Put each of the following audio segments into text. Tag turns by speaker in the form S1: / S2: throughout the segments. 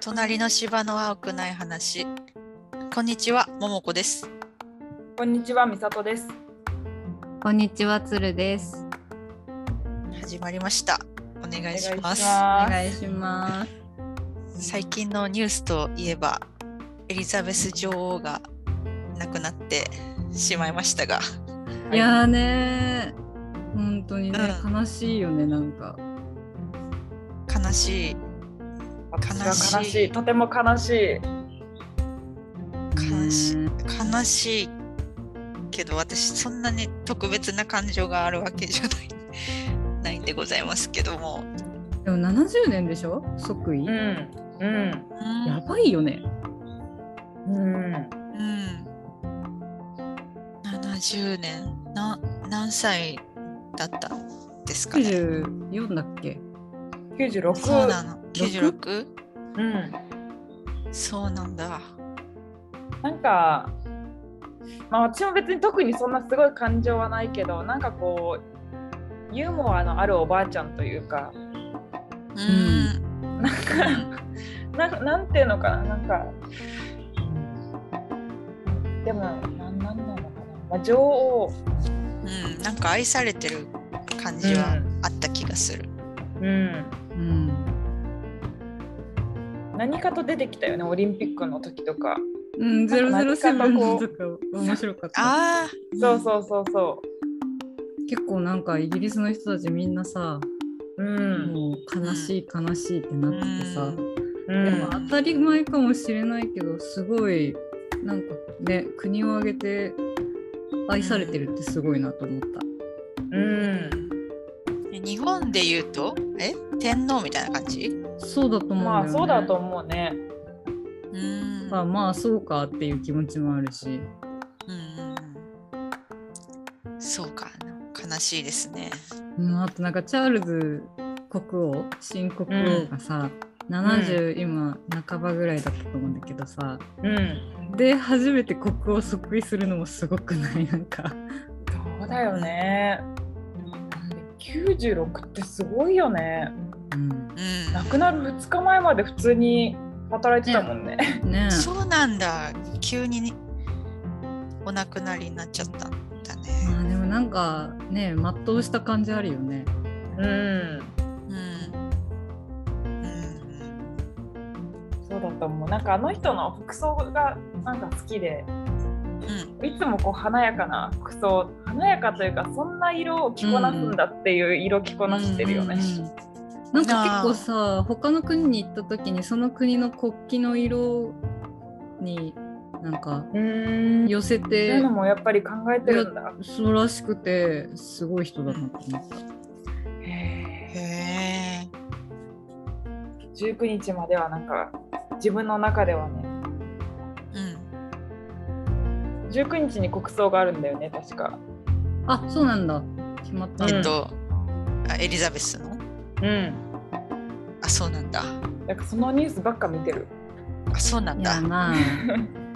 S1: 隣の芝の青くない話。こんにちは、ももこです。
S2: こんにちは、みさとです。
S3: こんにちは、つるです。
S1: 始まりました。お願いします。
S3: お
S2: お願いし
S3: 願いします。
S1: 最近のニュースといえば、エリザベス女王が亡くなってしまいましたが、
S2: ます
S3: いやーねー、本当にね、
S1: う
S3: 悲しいよね、なんか。
S1: 悲しい、
S2: 私は
S1: 悲
S2: 悲
S1: しい
S2: しい。とても悲しい。
S1: 悲しい、
S3: ね
S1: 悲しいけど、私、そんなに特別な感情があるわけじゃない。ないんでございますけども、
S3: ーでも70年でしょ即位、
S2: うん。うん。
S3: やばいよね。
S2: うん。
S1: うん。70年な何歳だったんですかね。
S3: 94だっけ
S2: 九十六。
S1: そうなの。96?
S2: うん。
S1: そうなんだ。
S2: なんか。まあ、私も別に特にそんなすごい感情はないけど、なんかこう。ユーモアのあるおばあちゃんというか。
S1: うん。
S2: なんか、なんていうのかな、なんか。でも、なん、なんなのかな。まあ、女王。
S1: うん、なんか愛されてる感じはあった気がする。
S2: うん。
S3: うん。
S2: 何かと出てきたよね、オリンピックの時とか。
S3: うん、007のとか面白かった。
S1: ああ、
S2: そうそうそうそ
S3: 結構なんかイギリスの人たちみんなさ、
S2: う。うん。
S3: もう悲しい悲しいってなっててさ、
S2: うん
S3: でも当たり前かもしれないけどすごいなんかね国を挙げて愛されてるってすごいなと思った。
S2: う。
S1: うんん。日本で言うと、え天皇みたいな感じ
S3: そうだと思うんだよ
S2: ま
S3: ね。
S2: あそうだと思うね。
S1: うん。
S3: まあまあそうかっていう気持ちもあるし。
S1: うん、そうか。悲しいですね。
S3: うん、あとなんかチャールズ国王新国王がさ、70今半ばぐらいだったと思うんだけどさ、
S2: うん。
S3: で初めて国王即位するのもすごくないなんか。
S2: そうだよね。96ってすごいよね。
S3: うん
S1: うん。
S2: 亡くなる2日前まで普通に働いてたもんね。
S3: ねえ
S1: そうなんだ。急にねお亡くなりになっちゃったんだね。
S3: まあでもなんかね全うした感じあるよね。
S2: う
S1: う
S2: ん。
S1: ん。うん
S2: そうだと思う。なんかあの人の服装がなんか好きで、
S1: うん。
S2: いつもこう華やかな服装、華やかというかそんな色を着こなすんだっていう色着こなしてるよね。
S3: なんか結構さ他の国に行った時にその国の国旗の色になんか
S2: うん
S3: 寄せ
S2: そうい
S3: て
S2: うのもやっぱり考えてるんだ。
S3: そうらしくてすごい人だなと思った。
S2: へー
S1: へえ。
S2: 19日まではなんか自分の中ではね。
S1: うん。
S2: 19日に国葬があるんだよね確か
S3: あそうなんだ決まったんだ
S1: えっと、あエリザベスの
S2: うん
S1: あ、そうなんだ。
S2: なんかそのニュースばっか見てる
S1: あ、そうなん
S3: い
S1: だ
S3: や。まあ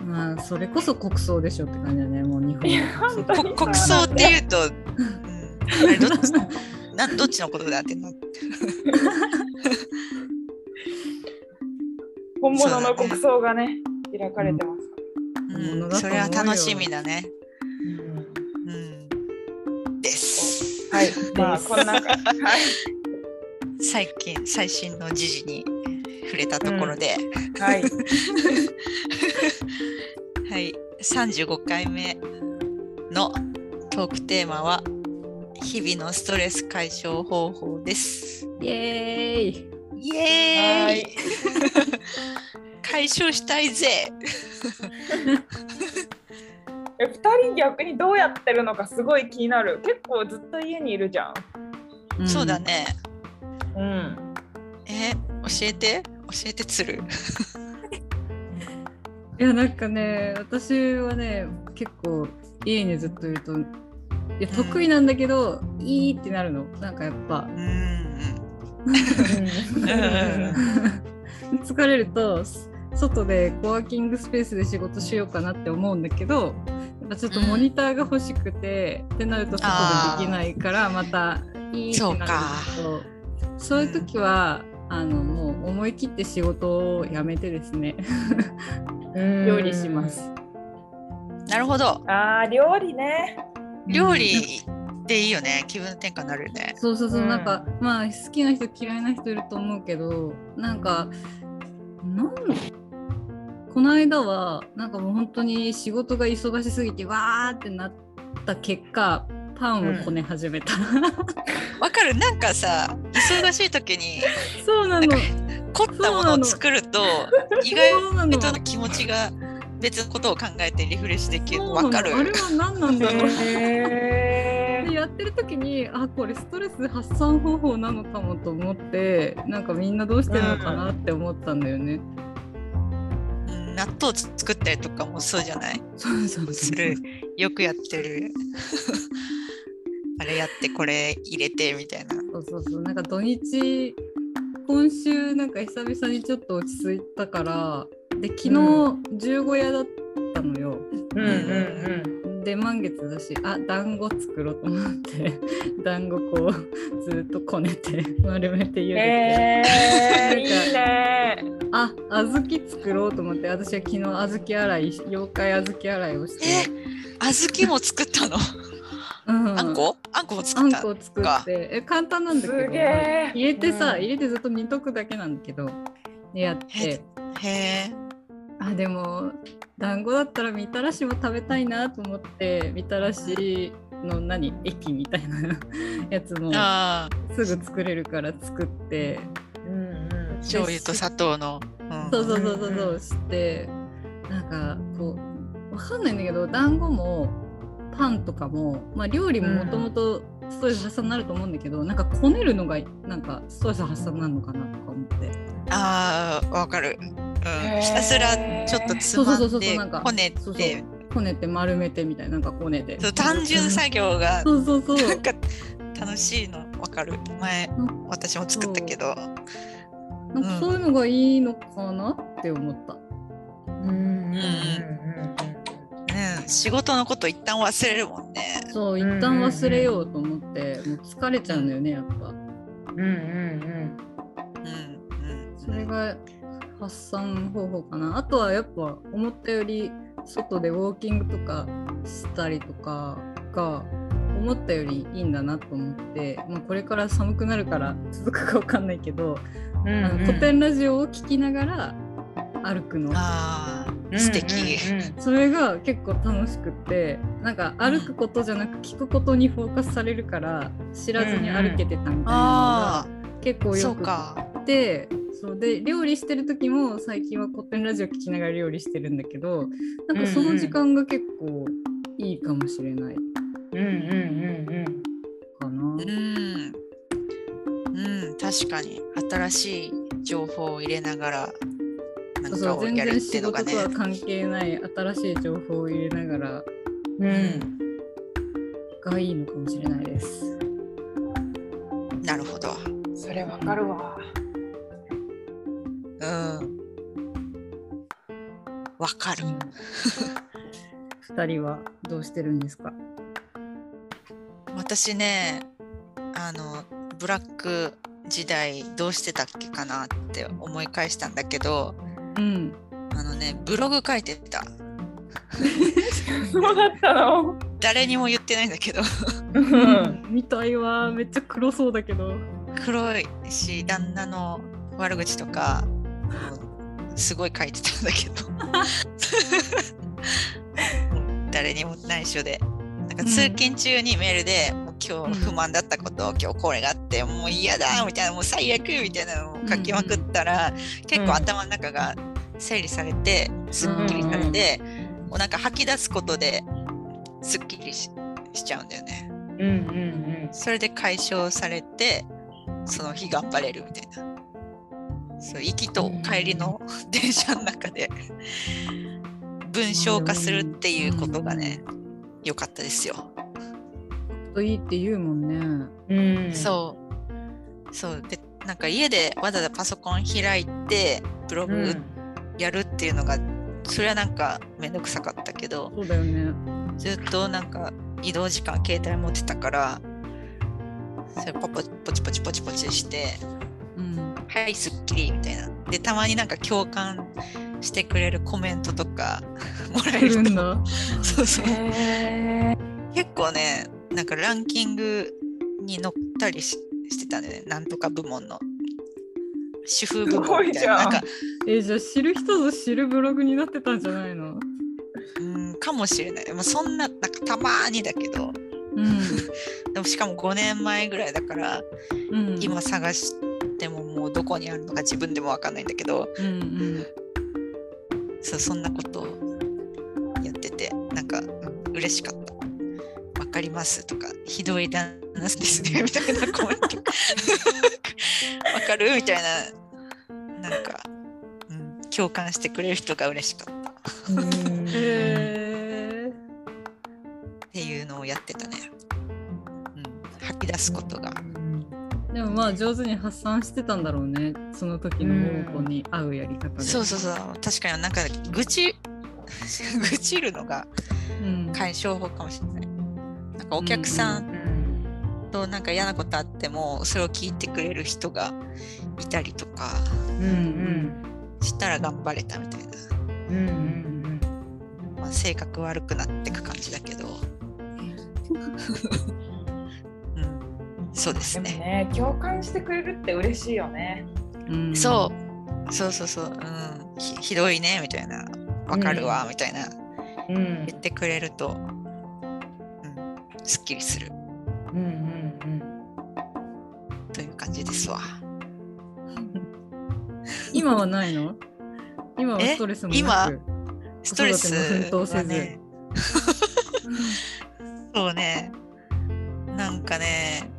S3: まあそれこそ国葬でしょって感じだねもう日本
S2: いや本当
S1: こ
S2: にそう
S1: 国葬っていうと、うん、あれどっちなどっちの ことだってな
S2: 本物の国葬がね開かれてますか
S1: うん、それは楽しみだね。
S2: ら、
S1: うん。です。
S2: はいまあこんな感じ、はい、
S1: 最近、最新の時事に触れたところで。
S2: はい、
S1: はい、35回目のトークテーマは日々のストレス解消方法です。
S3: イエーイ
S1: イエーイ 解消したいぜ
S2: え2人逆にどうやってるのかすごい気になる結構ずっと家にいるじゃん
S3: ん
S1: そうだね。
S2: うん
S1: え教えて教えてつる。
S3: いやなんかね私はね結構家にずっといるといや得意なんだけど、いいってなるのなんかやっぱ
S1: うん。
S3: 疲れると外でコワーキングスペースで仕事しようかなって思うんだけどやっぱちょっとモニターが欲しくて、ってなると外でできないからまたいいってなるんだけどそういう時は、あのもう思い切って仕事を辞めてですね
S2: うん
S3: 料理します。
S1: なるほど
S2: あー料理ね
S1: 料理でいいよね気分転換になるよね
S3: そうそうそう、
S2: うん
S3: なんかまあ好きな人嫌いな人いると思うけどなんかなんこの間はなんかもう本当に仕事が忙しすぎてわーってなった結果パンをこね始めた、
S1: わかるなんかさ忙しい時に
S3: そうなの
S1: 凝ったものを作る と意外
S3: そうなの
S1: との気持ちが別のことを考えてリフレッシュできる
S3: そうなの
S1: わかる
S3: あれは何なんだろう
S2: へ
S3: でやってる時にあこれストレス発散方法なのかもと思ってなんかみんなどうしてるのかなって思ったんだよね。
S1: うん納豆作ったりとかもそうじゃない
S3: そうそう
S1: するよくやって るあれやってこれ入れてみたいな
S3: そうそうそうなんか土日今週なんか久々にちょっと落ち着いたからで昨日十五夜だったのよ。
S2: うんうんうん
S3: で満月だしあ団子作ろうと思って 団子こうずっとこねて 丸めて茹でて、
S2: へえいいね
S3: あ小豆作ろうと思って私は昨日小豆洗い妖怪小豆洗いをして、
S1: え小豆も作ったの
S3: うん、
S1: あんこあんこも
S3: あ
S1: 作っ
S3: ん
S1: た
S3: こを作ってえ簡単なんだけ
S2: す
S3: ど
S2: げえ
S3: 入れてさ、
S2: うん
S3: 入れてずっと煮とくだけなんだけどでやって
S1: へえ
S3: あでも団子だったらみたらしも食べたいなと思ってみたらしの何液みたいな やつも
S1: ああ
S3: すぐ作れるから作って
S2: うんうん
S1: 醤油と砂糖の、うん
S3: そうそうそうそう
S2: うん
S3: そ
S2: うんう
S3: うしてなんかこうわかんないんだけど団子もパンとかも、まあ、料理ももともとストレス発散になると思うんだけど、なんかこねるのがなんかストレス発散になるのかなとか思って
S1: ああわかる、うん、
S2: へー
S1: ひたすらちょっとつま
S3: そうそうそ
S1: ん
S3: うそう
S1: で
S3: なんか
S1: こね
S3: そうそ
S1: て
S3: うこねて丸めてみたいななんかこねて
S1: そう単純作業が
S3: そうそうそう
S1: なんか楽しいのわかる前
S3: ん
S1: 私も作ったけど
S3: なんかそういうのがいいのかなって思った。
S2: うんうんうん
S1: うん、仕事のこと一旦忘れるもんね。
S3: そう一旦忘れようと思って、もう疲れちゃうんだよねやっぱ。
S2: うんうん
S1: うんうん、
S3: それが発散方法かなあとはやっぱ思ったより外でウォーキングとかしたりとかが思ったよりいいんだなと思って、まあ、これから寒くなるから続くかわかんないけど、
S2: うんう
S3: あの
S2: ん
S3: 古典ラジオを聴きながら歩くの
S1: ああ素敵、
S2: うんうんうん
S3: それが結構楽しくってなんか歩くことじゃなく聞くことにフォーカスされるから知らずに歩けてたみたいな
S1: あ
S3: のが結構
S1: あそ
S3: よ
S1: う
S3: く
S1: か。
S3: ってそうで料理してる時も最近は古典ラジオ聞きながら料理してるんだけどなんかその時間が結構いいかもしれない
S2: うんうんうんうん
S3: かな
S1: う。ん、うん、確かに新しい情報を入れながらなん
S3: そ
S1: か
S3: う
S1: を
S3: 全
S1: やる
S3: 然
S1: ってい
S3: 仕
S1: うのが
S3: 事
S1: ね
S3: と。は関係ない新しい情報を入れながら
S2: うん
S3: がいいのかもしれないです。
S1: なるほど。
S2: それわかるわ
S1: うん。わかる。
S3: 二人はどうしてるんですか
S1: 私ね、あのブラック時代どうしてたっけかなって思い返したんだけど、
S3: うん。
S1: あのねブログ書いてた。
S2: そうだったの
S1: 誰にも言ってないんだけど
S2: うん
S3: みたいはめっちゃ黒そうだけど。
S1: 黒いし旦那の悪口とかうんすごい書いてたんだけど 誰にも内緒でなんか通勤中にメールで、もう今日不満だったこと、今日これがあってもう嫌だみたいなもう最悪みたいなのを書きまくったら、結構頭の中が整理されてすっきりされて、もうなんか吐き出すことですっきりししちゃうんだよね。
S2: うんうん
S1: それで解消されてその日頑張れるみたいなそう行きと帰りの電車の中で文章化するっていうことがね良かったですよ、
S3: といいって言うもんね。
S2: うんうん
S1: そうそうでなんか家でわざわざパソコン開いてブロ
S2: うん
S1: グやるっていうのが、それはなんかめんどくさかったけど
S3: そうだよね。
S1: ずっとなんか移動時間携帯持ってたからそれポチポチポチポチポチして
S3: うん。
S1: はい、すっきり」みたいな。でたまになんか共感してくれるコメントとか もらえ
S3: 来る
S1: る
S3: ん
S1: と
S3: だ。
S1: そうそう
S2: へえ。
S1: 結構ねなんかランキングに乗ったりししてたんだよねなんとか部門の主婦部門みたいなな
S2: すごいじゃん
S1: んか
S3: えじゃあ知る人ぞ知るブログになってたんじゃないの
S1: うんかもしれない、まあ、そんななんかたまーにだけど
S3: うん。
S1: でもしかも5年前ぐらいだから
S3: うん、
S1: 今探してももうどこにあるのか自分でも分かんないんだけど
S3: うんうん、
S1: そうそんなことをやっててなんかうん嬉しかった。わかりますとかひどいダンスです ねみたいなコメントわかるみたいななんか、うん、共感してくれる人が嬉しかったっ
S3: へえ。
S1: ていうのをやってたね、うん、吐き出すことが
S3: でもまあ上手に発散してたんだろうねその時の桃子に合うやり方で。
S1: そうそうそう確かになんか愚痴 愚痴るのが
S3: うん
S1: 解消法かもしれないなんかお客さん
S2: うん。
S1: となんか嫌なことあってもそれを聞いてくれる人がいたりとか
S2: うんうん。
S1: したら頑張れたみたい
S2: うんうん
S1: な、まあ、性格悪くなってく感じだけど、うん、そうです
S2: でも
S1: ね
S2: ね、共感してくれるって嬉しいよね。
S3: うん
S1: そうそうそうそう、うん、ひひどいねみたいなわかるわみたいな
S2: うん
S1: 言ってくれると、うん、すっきりする
S2: うんうん
S1: という感じですわ
S3: 今はないの今はストレスもなく
S1: 今ストレス
S3: 子
S1: は
S3: 育ても奮闘せず
S1: ねそうね。なんかね、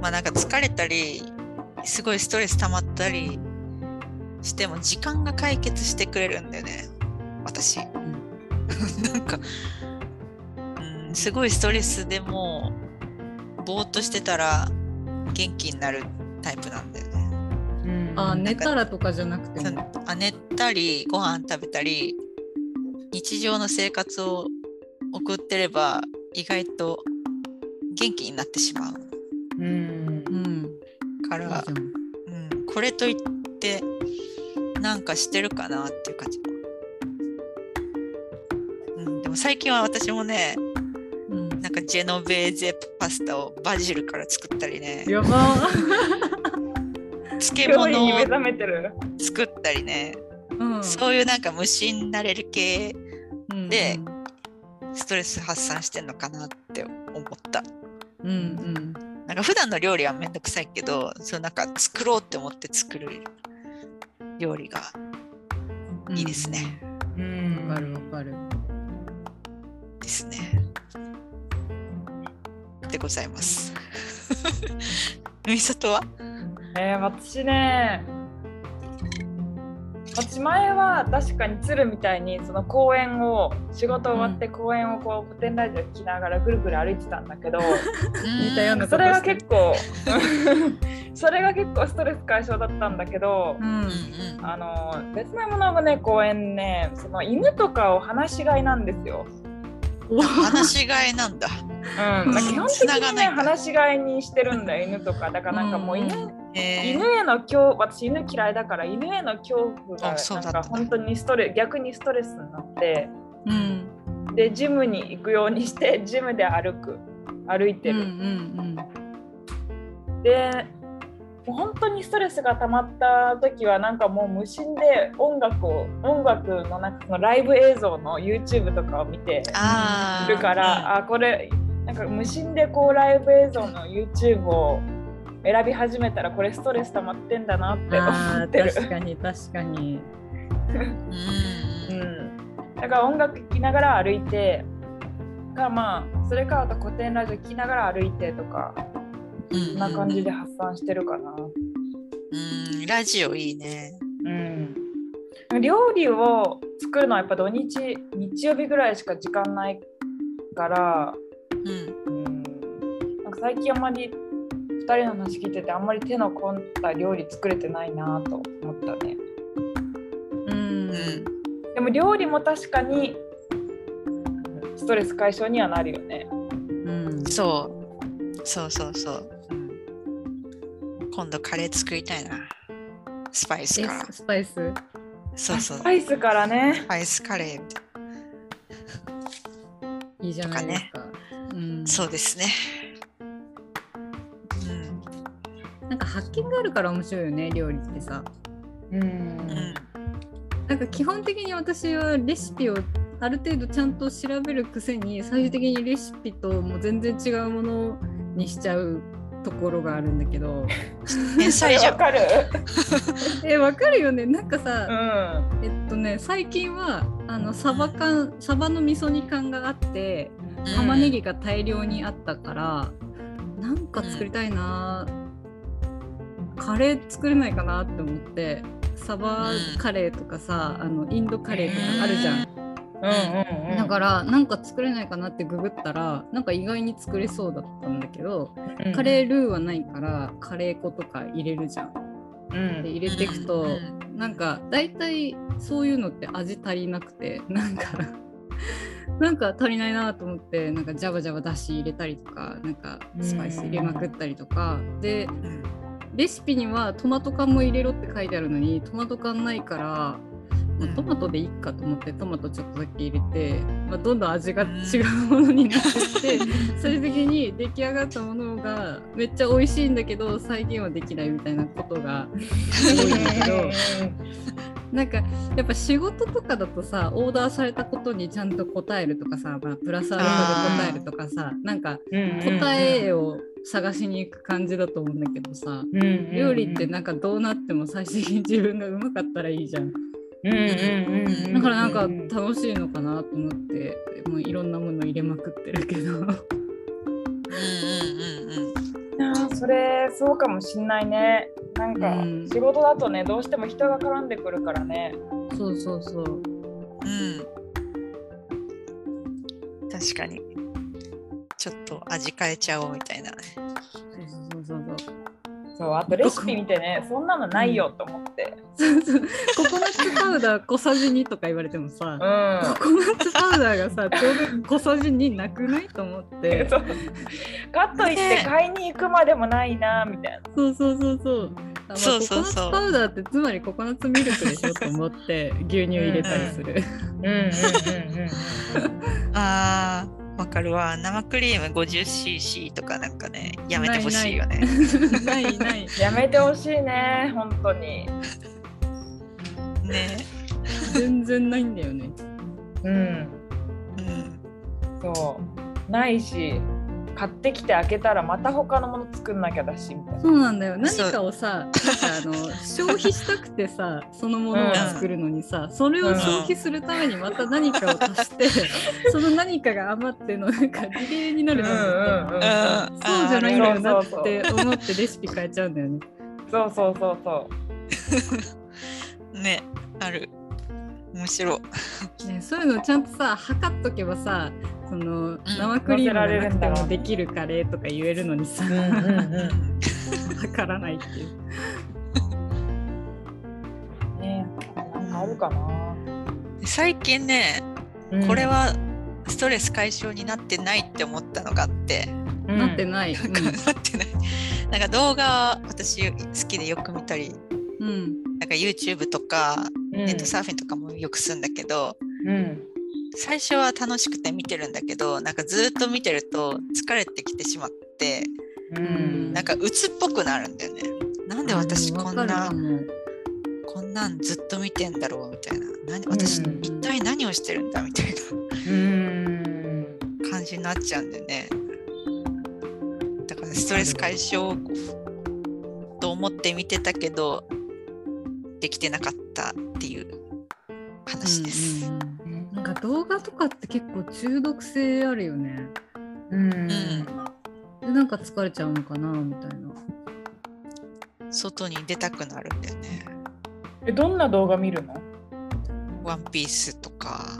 S1: まあなんか疲れたり、すごいストレス溜まったりしても時間が解決してくれるんだよね、私。 なんか、うん、すごいストレスでも、ぼーっとしてたら元気になるタイプなんだよね。
S2: うん。
S3: あ
S1: ね
S3: 寝たらとかじゃなくて
S1: そ
S3: も。
S1: のあ寝たり、ご飯食べたり、日常の生活を送ってれば、意外と元気になってしまう。
S2: うん
S3: うん、
S1: から
S3: いい、じゃん
S1: うん、これといってなんかしてるかなっていう感じ、うん、でも最近は私もね
S3: うん
S1: なんかジェノベーゼパスタをバジルから作ったりね
S3: やば
S1: 漬
S2: 料理
S1: 物
S2: に
S1: を
S2: 目覚めてる。
S1: 作ったりね、
S3: うん
S1: そういうなんか無心になれる系
S3: うん
S1: でストレス発散してんのかなって思った
S3: うんうん
S1: なんか普段の料理はめんどくさいけどそうなんか作ろうって思って作る料理が
S3: うん
S1: いいですね、
S2: う
S3: わかるわかる
S1: ですね。でございます。みさとは
S2: えー、私ね私前は確かに鶴みたいにその公園を仕事終わって公園をこう古典ラジオ聞きながらぐるぐる歩いてたんだけど
S3: 似たような
S2: それが結構 それが結構ストレス解消だったんだけど
S3: う、ん
S1: うんうん。
S2: あの別なものがね公園ねその犬とかを放し飼いなんですよ。
S3: お
S1: 話し飼いなんだ。
S2: うん、まあ基本的
S1: 繋が
S2: に
S1: な
S2: ね
S1: いから
S2: 放し飼いにしてるんだよ犬とかだからなんかもう犬
S1: え
S2: 犬への恐私犬嫌いだから犬への恐怖が
S1: あそうだ
S2: な
S1: っ
S2: ん
S1: た
S2: か本当にストレ逆にストレスになって
S3: うん
S2: でジムに行くようにして ジムで歩く歩いて
S3: うんう
S2: る、
S3: ん
S2: でもう本当にストレスが溜まった時はなんかもう無心で音楽を音楽のなんかそのライブ映像の YouTube とかを見て
S1: ああ。
S2: るからあこれなんか無心でこうライブ映像の YouTube を選び始めたらこれストレス溜まってんだなっ
S3: うん
S2: て思
S3: あ
S2: っ
S3: ー
S2: てる。
S3: 確かに確かに
S1: うん。
S2: う
S1: うん
S2: ん、だから音楽聴きながら歩いてかまあそれかあと古典ラジオ聴きながら歩いてとか
S1: うん。
S2: そんな感じで発散してるかな。
S1: うん。ラジオいいね。
S2: うん、料理を作るのはやっぱ土日日曜日ぐらいしか時間ないから、
S1: うん。
S2: うん、なんか最近あんまり2人の話聞いててあんまり手の込んだ料理作れてないなと思ったね。
S1: う
S3: うん
S1: ん。
S2: でも料理も確かにストレス解消にはなるよね。
S3: うん
S1: そう。そうそうそう。うん今度カレー作りたいな。スパイス
S3: え
S1: から。
S3: スパイス
S1: そうそう。
S2: スパイスからね
S1: スパイスカレーみたい
S3: いいじゃないですか。うん
S1: な。、そうですね。うん
S3: なんか発見があるから面白いよね料理ってさ。
S2: うん
S1: うん
S3: なんか基本的に私はレシピをある程度ちゃんと調べるくせに最終的にレシピともう全然違うものにしちゃうところがあるんだ けど
S1: 天才じゃ
S2: わ
S1: ん。
S2: かる
S3: えわかるよねなんかさ、
S2: うん
S3: えっとね最近はあのサバ缶サバの味噌煮缶があって
S1: うん
S3: 玉ねぎが大量にあったから、なんか作りたいな、カレー作れないかなって思ってサバ
S1: うん
S3: カレーとかさ、あのインドカレーとかあるじゃん、
S2: うんうん
S3: だかららなんか作れないかなってググったらなんか意外に作れそうだったんだけど、カレールーはないからカレー粉とか入れるじゃん。
S2: う
S3: で
S2: ん
S3: 入れていくと、
S1: うん
S3: なんか大体そういうのって味足りなくて なんかなんか足りないなと思ってなんかジャバジャバだし入れたりとかなんかスパイス入れまくったりとか、で
S1: うん
S3: レシピにはトマト缶も入れろって書いてあるのにトマト缶ないから、ま
S1: う
S3: あ
S1: ん
S3: トマトでいいかと思ってトマトちょっとだけ入れて、まあ、どんどん味が違うものになってって、最終的に出来上がったものがめっちゃ美味しいんだけど再現はできないみたいなことが多いんだけど。なんかやっぱ仕事とかだとさオーダーされたことにちゃんと答えるとかさ、まあ、プラスアルファで答えるとかさなんか答えを探しに行く感じだと思うんだけどさ料理ってなんかどうなっても最終的に自分がうまかったらいいじゃんだからなんか楽しいのかなと思ってもういろんなもの入れまくってるけど
S1: うんうんうんうん
S2: あーそれそうかもしんないねなんか
S3: うん
S2: 仕事だとねどうしても人が絡んでくるからね
S3: そうそうそう
S1: うん。確かに。ちょっと味変えちゃおうみたいな。
S3: そうそうそうそう
S2: そうあとレシピ見てねそんなのないよと思って
S3: そうそうココナッツパウダー小さじ2とか言われてもさ
S2: うん
S3: ココナッツパウダーがさちょうど小さじ2なくないと思って
S2: そうかといって買いに行くまでもないなみたいな
S3: そうそうそうそう。あまあ
S1: そうそう
S3: コ
S1: そう
S3: コナッツパウダーってつまりココナッツミルクでしょと思って牛乳入れたりする。
S2: うんうんうんうん
S1: あー、わかるわ。生クリーム 50cc とかなんかね、やめてほしいよね。
S3: ないない。
S2: やめてほしいね本当に
S1: ね。
S3: 全然ないんだよね。
S2: うん
S1: うん。
S2: そうないし買ってきて開けたらまた他のもの作んなきゃだしみたいな
S3: そうなんだよ。何
S1: そう
S3: かをさ、なんかあの消費したくてさ、そのものを作るのにさ、それを消費するためにまた何かを足して、 その何かが余ってのなんかリレーになるじゃん絶対
S2: うんうんうん
S1: うんあー
S3: そうじゃないんだよなっ
S2: そう
S3: て思ってレシピ変えちゃうんだよね。
S2: そうそうそうそ
S1: ね、ある。面白い。
S3: ね、そういうのちゃんとさ測っとけばさその生ク
S2: 乗
S3: リー
S2: せ
S3: ム
S2: ら
S3: が
S2: れ
S3: な
S2: る
S3: く
S2: ん
S3: て
S2: だ
S3: もできるカレーとか言えるのにさ、
S2: う、うんうんう
S3: 測らないっていう。
S2: ん、ねなんかあるかな、
S1: 最近ね、
S2: うん
S1: これ、はストレス解消になってないって思ったのがあって、
S2: うん
S3: なってない。
S1: なってない。 なんか動画私好きでよく見たり、
S3: うん。うん
S1: なんか YouTube とか
S2: うん
S1: ネットサーフィンとかもよくするんだけど、
S2: うん
S1: 最初は楽しくて見てるんだけどなんかずっと見てると疲れてきてしまって
S2: うん
S1: なんか鬱っぽくなるんだよね。なんで私
S3: うん
S1: こん
S3: わか
S1: な
S3: るかも
S1: こんなんずっと見てんだろうみたいな何私
S2: うん
S1: 一体何をしてるんだみたい
S2: うん
S1: な感じになっちゃうんだよね。だからストレス解消と思って見てたけどできてなかったっていう話です。
S3: うんうんうんなんか動画とかって結構中毒性あるよね。
S2: うん
S3: でなんか疲れちゃうのかなみたいな。
S1: 外に出たくなるんだよね。
S2: えどんな動画見るの
S1: ワンピースとか。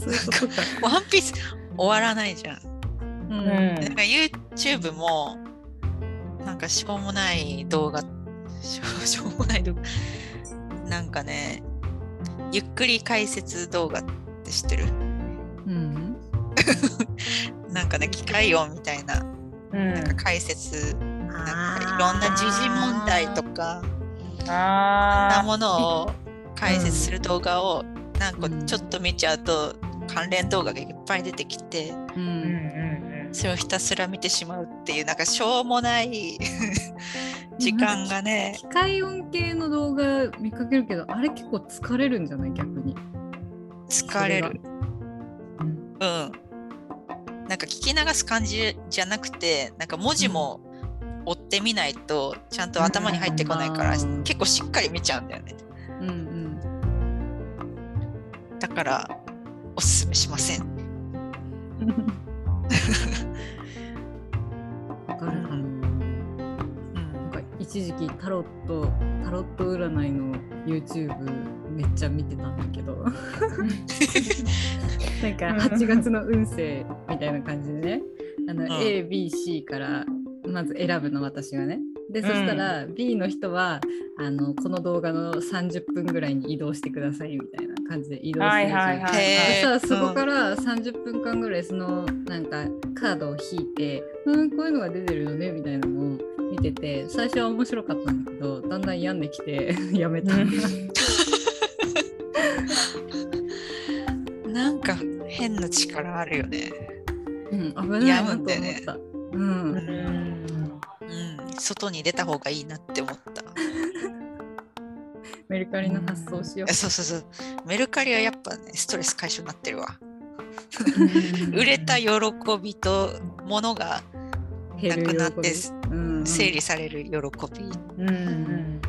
S3: そういうことか。
S1: ワンピース終わらないじゃん。
S3: う
S2: うん
S3: ん。
S1: なんか YouTube もなんかしょうもない動画 しょしょうもない動画なんかねゆっくり解説動画って知ってる
S3: うん。
S1: なんかね機械音みたいな
S2: うん
S1: なんか解説なんかいろんな時事問題とかそんな
S2: あ
S1: ものを解説する動画をなんかちょっと見ちゃうと関連動画がいっぱい出てきて
S3: う
S2: ーうんうん
S3: ん
S2: うん
S1: それをひたすら見てしまうっていうなんかしょうもない 時間がね
S3: 機械音系の動画見かけるけどあれ結構疲れるんじゃない逆に
S1: 疲れる。
S3: う
S1: うんん、なんか聞き流す感じじゃなくてなんか文字も追ってみないとちゃんと頭に入ってこないから
S3: あー
S1: 結構しっかり見ちゃうんだよね
S3: うんうん
S1: だからおすすめしません
S3: わかるか
S1: う
S3: もなん
S1: ん
S3: か一時期タロットタロット占いの YouTube めっちゃ見てたんだけどなんか
S2: うん
S3: 8月の運勢みたいな感じでねあの、
S1: ん
S3: ABC からまず選ぶの私がねで
S2: うん
S3: そしたら B の人はあのこの動画の30分ぐらいに移動してくださいみたいな感じで移動するじゃん、
S2: はいはいはい
S1: へー
S3: でさそこから30分間ぐらいそのなんかカードを引いてうんこういうのが出てるよねみたいなのを見てて最初は面白かったんだけどだんだん病んできて やめた、
S2: うん
S1: なんか変な力あるよね、
S3: うん、危ないな
S1: 病
S3: と思
S1: むん
S3: っ
S1: だよね
S3: た、うん、
S2: う
S1: う
S2: ん
S1: ん、外に出た方がいいなって思 った
S3: メルカリの発想しよ
S1: そうそうそうメルカリはやっぱねストレス解消になってるわ
S2: うん
S1: 売れた喜びと物が
S3: う
S1: なくなっ
S3: 喜
S1: て
S3: びうんうん
S1: 整理される喜び
S2: うんうん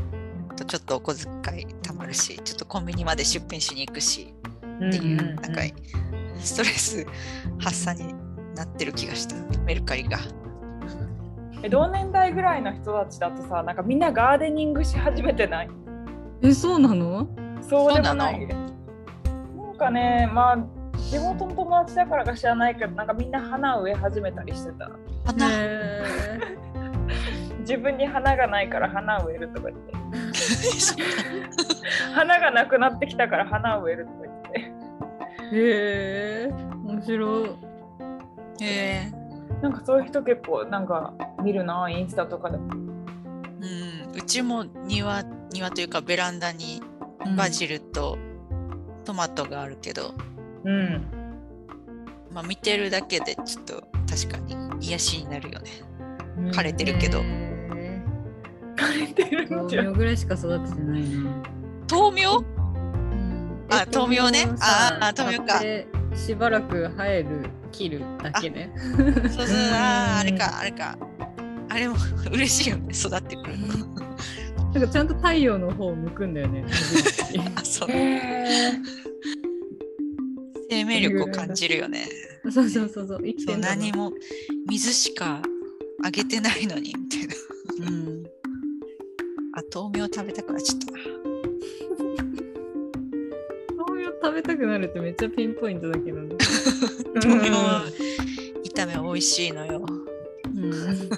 S1: とちょっとお小遣い貯まるしちょっとコンビニまで出品しに行くし
S2: うん
S1: っていう,、
S2: うんうん
S1: なんかストレス発散になってる気がしたメルカリが
S2: え同年代ぐらいの人たちだとさなんかみんなガーデニングし始めてない
S3: えそうなの
S2: そうで
S1: そ
S2: も
S1: うな
S2: な
S1: の
S2: いなんかねまあ地元の友達だからか知らないけどなんかみんな花を植え始めたりしてた
S1: 花、
S2: 自分に花がないから花を植えるとか言って花がなくなってきたから花を植えるとか言って
S3: へえ面白い
S1: え
S2: なんかそういう人結構なんか見るなインスタとかでも
S1: ーうん、うちも庭庭というかベランダにバジルとトマトがあるけど、
S2: うん
S1: まあ、見てるだけでちょっと確かに癒しになるよね枯れてるけど
S3: へ
S2: 枯れて
S3: ー
S2: るんじ
S3: 豆
S2: ゃん
S3: 苗ぐらいしか育ててないな
S1: 豆苗
S3: うん
S1: あ
S3: え
S1: 豆苗ね
S3: 豆さ
S1: あー豆苗か
S3: 買ってしばらく生える切るだけね
S1: そうそうあーあれかあれかあれも嬉しいよね育ってくるの
S3: なんかちゃんと太陽の方を向くん だよね。
S1: あそう
S2: へー
S1: 生命力を感じるよね
S3: そうそうそうそう、生き
S1: そ
S3: て
S1: うん
S3: だな
S1: 何。も水しかあげてないのにみたいな
S3: うん、
S1: あ豆苗食べたくなっちゃったな
S3: 豆苗食べたくなるってめっちゃピンポイントだけどね。
S1: 豆苗は炒め美味しいのよ
S3: うん、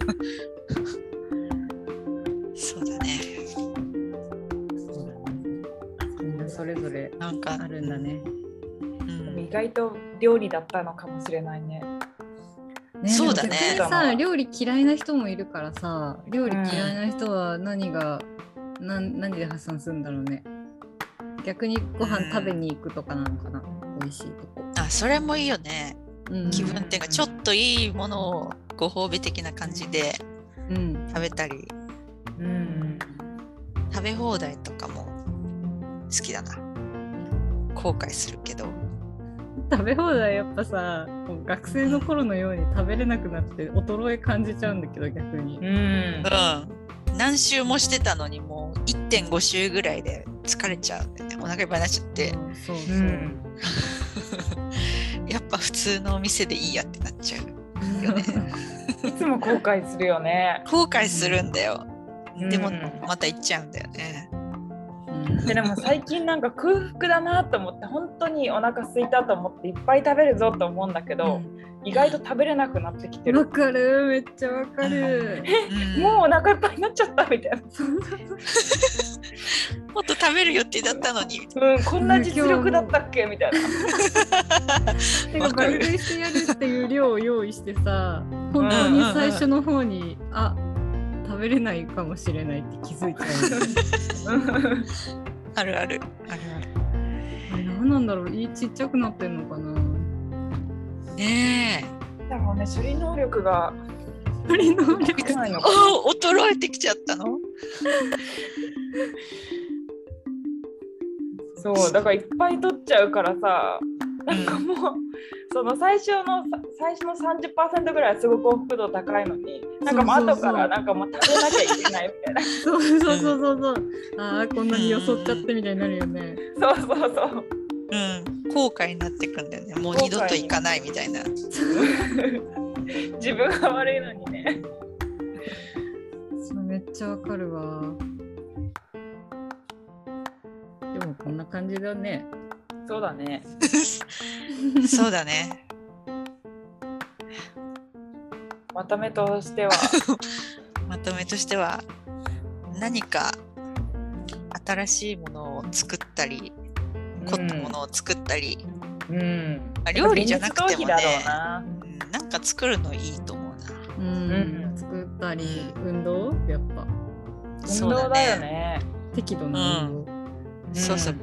S1: そうだね
S3: そうだね。みんなそれぞれ
S1: なんか
S3: あるんだね。
S1: う
S2: でも意
S1: ん、
S2: 外と料理だったのかもしれないね
S3: ね
S1: そうだね
S3: でも逆にさ、料理嫌いな人もいるからさ、料理嫌いな人は何が、なん、何で発散するんだろうね。逆にご飯食べに行くとかなのかな。美味しいとこ。
S1: あそれもいいよね
S3: うん
S1: 気分転換ちょっといいものをご褒美的な感じで
S3: うん。
S1: 食べたり
S2: うん
S1: 食べ放題とかも好きだな後悔するけど
S3: 食べ放題やっぱさこう学生の頃のように食べれなくなって衰え感じちゃうんだけど逆に
S2: うん
S1: うん何周もしてたのにもう1.5周ぐらいで疲れちゃうんだよねお腹いっぱいになっちゃって
S3: うんそうそうう、
S2: ん
S1: やっぱ普通のお店でいいやってなっちゃうよね
S2: いつも後悔するよね。
S1: 後悔するんだよでも
S2: うん
S1: また行っちゃうんだよね
S2: ででも最近なんか空腹だなと思って本当にお腹空いたと思っていっぱい食べるぞと思うんだけど、意外と食べれなくなってきて
S3: うん わ
S2: る。
S3: かるめっちゃわかる
S1: うん
S2: もうお腹いっぱいになっちゃったみたいな。
S1: もっと食べる予定だったのに
S2: うん、こんな実力だったっけみたいな。
S3: てか
S1: わか
S3: 倍
S1: る
S3: 食いしてやるっていう量を用意してさ本当に最初の方に、あ食べれないかもしれないって気づいちゃう
S1: あるあるあるある
S3: あれ何なんだろう胃ちっちゃくなってんのかな
S1: ねえ
S2: だろうね処理能力が
S3: 処理能
S2: でき
S3: 力
S2: ないのか
S1: あー衰えてきちゃったの
S2: そうだからいっぱい取っちゃうからさなんかもうその最初のさ最初の30%ぐらいはすごく幸福度高いのになんかもう
S3: そうそ
S2: 後
S3: うそう
S2: からなんかもう食べなきゃいけないみたいな
S3: そうそうそうそうそうああこんなによそっちゃってみたいになるよね
S2: そうそうそう
S1: うん後悔になってくんだよねもう二度と行かないみたい な
S2: 自分が悪いのにね
S3: そうめっちゃわかるわでもこんな感じだね
S2: そうだね
S1: そうだね
S2: まとめとして は
S1: まとめとしては何か新しいものを作ったり凝ったものを作ったり、
S2: うん
S1: あ料理じゃなくてもね
S2: 現実逃避だろうな
S1: うんなんか作るのいいと思うな
S3: うん、
S2: うん
S3: 作ったり運動やっぱ
S2: 運動だよね
S3: 適度な運動、
S1: そうそう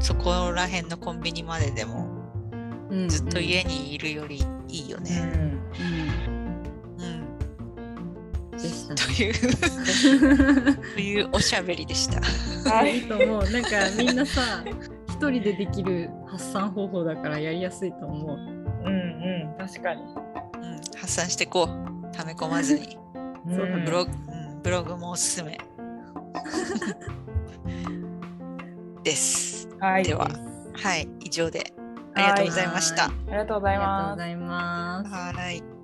S1: そこら辺のコンビニまででも
S3: うん
S1: ずっと家にいるよりいいよ
S2: う
S1: ね。う
S2: ん
S1: ん、
S3: うん、でした
S1: という
S3: ね
S1: というおしゃべりでした。
S2: はい
S3: いいと思うなんかみんなさ一人でできる発散方法だからやりやすいと思う
S2: うんうん確かに
S1: うん、発散してこう溜め込まずに
S3: そうだね
S1: ブログ、うん、ブログもおすすめ です。
S2: はい
S1: でははい以上でありがとうございました。
S2: ありがとうござ
S3: あ
S2: い
S3: りがとう
S2: ま
S3: ご
S2: す
S3: ざいます
S1: はい。